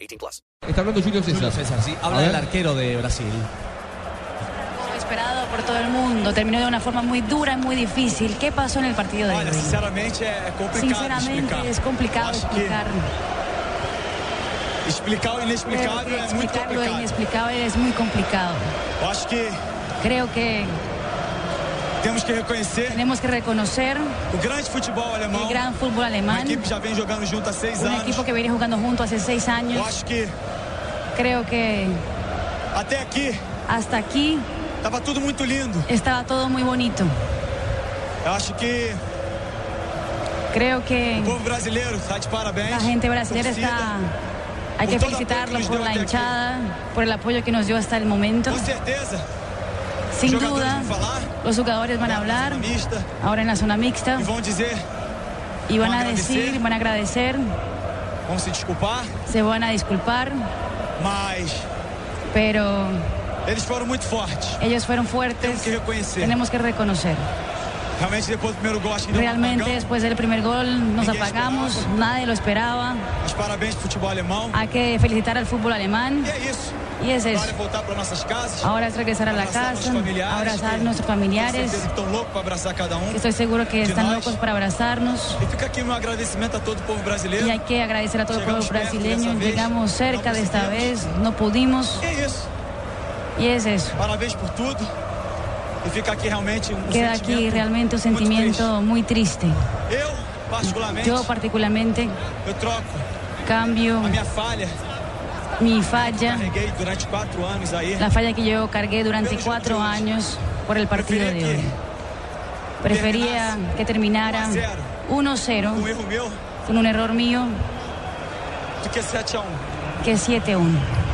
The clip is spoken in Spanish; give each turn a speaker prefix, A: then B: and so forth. A: 18 plus.
B: Está hablando Julio César.
C: Julio César, sí.
B: A
C: Habla
B: ver.
C: del arquero de Brasil.
D: esperado por todo el mundo. Terminó de una forma muy dura y muy difícil. ¿Qué pasó en el partido de hoy?
E: Olha, sinceramente é complicado
D: Sinceramente
E: explicar.
D: es complicado
E: Acho
D: explicar. é
E: que explicar o
D: Creo que
E: inexplicável é muito
D: explicar lo
E: complicado.
D: inexplicable es muy complicado.
E: Eu acho que
D: Creo que
E: temos que reconhecer
D: tenemos que reconocer
E: o grande futebol
D: el
E: alemão,
D: gran fútbol
E: uma
D: alemán,
E: equipe que já vem jogando junto há seis
D: un
E: anos.
D: equipo que viene jugando junto hace seis
E: Eu
D: años.
E: acho que
D: Creo que
E: até aqui
D: hasta aquí
E: estava tudo muito lindo.
D: estaba todo muy bonito.
E: Eu acho que
D: Creo que
E: o povo brasileiro está de parabéns.
D: la gente tá- brasileña
E: Torcida.
D: está... Hay que
E: Con todo el apoyo que
D: felicitarla
E: nos
D: por
E: dio
D: la
E: hasta aquí.
D: hinchada, por el apoyo que nos dio hasta el momento.
E: Com certeza, os
D: Sin
E: jogadores
D: duda,
E: vão falar,
D: los jugadores van a hablar
E: na mista,
D: ahora en la zona mixta
E: e vão dizer,
D: y van
E: van
D: a
E: a
D: decir,
E: agradecer.
D: van a agradecer,
E: vão se desculpar,
D: se van a disculpar,
E: mas
D: pero
E: eles foram muito fortes.
D: ellos fueron fuertes.
E: Tenemos que reconocer.
D: Tenemos que reconocer.
E: Realmente depois do primeiro gol acho que deu um
D: Realmente
E: apagão,
D: después del primer gol nos
E: Ninguém
D: apagamos,
E: esperaba.
D: nadie lo esperaba.
E: Mas parabéns pro futebol alemão.
D: Hay que felicitar al fútbol alemán
E: E é isso.
D: y es
E: Agora é
D: eso.
E: voltar para nossas casas.
D: Ahora es regresar a la
E: abraçar
D: casa,
E: nossos familiares,
D: abrazar a
E: que
D: nuestros
E: tenho certeza
D: familiares.
E: que Estão loucos para abraçar cada um.
D: que Estoy seguro que están locos para abrazarnos.
E: E fica aqui meu agradecimento a todo o povo brasileiro.
D: Y hay que agradecer a todo el pueblo brasileño. Llegamos cerca de esta vez, no pudimos.
E: E é isso.
D: Y es eso.
E: Parabéns por tudo. E fica aqui realmente um
D: Queda
E: sentimento
D: aquí realmente un
E: muito
D: sentimiento muy triste.
E: triste. Eu, particularmente,
D: Yo particularmente
E: eu troco
D: cambio
E: a minha falha.
D: mi falla,
E: Carreguei durante quatro anos aí.
D: la falla que yo cargué durante cuatro años por el partido de hoy. Prefería que terminara 1-0
E: Um erro meu
D: con un error mío
E: do que 7 a um. 1.
D: que 7-1.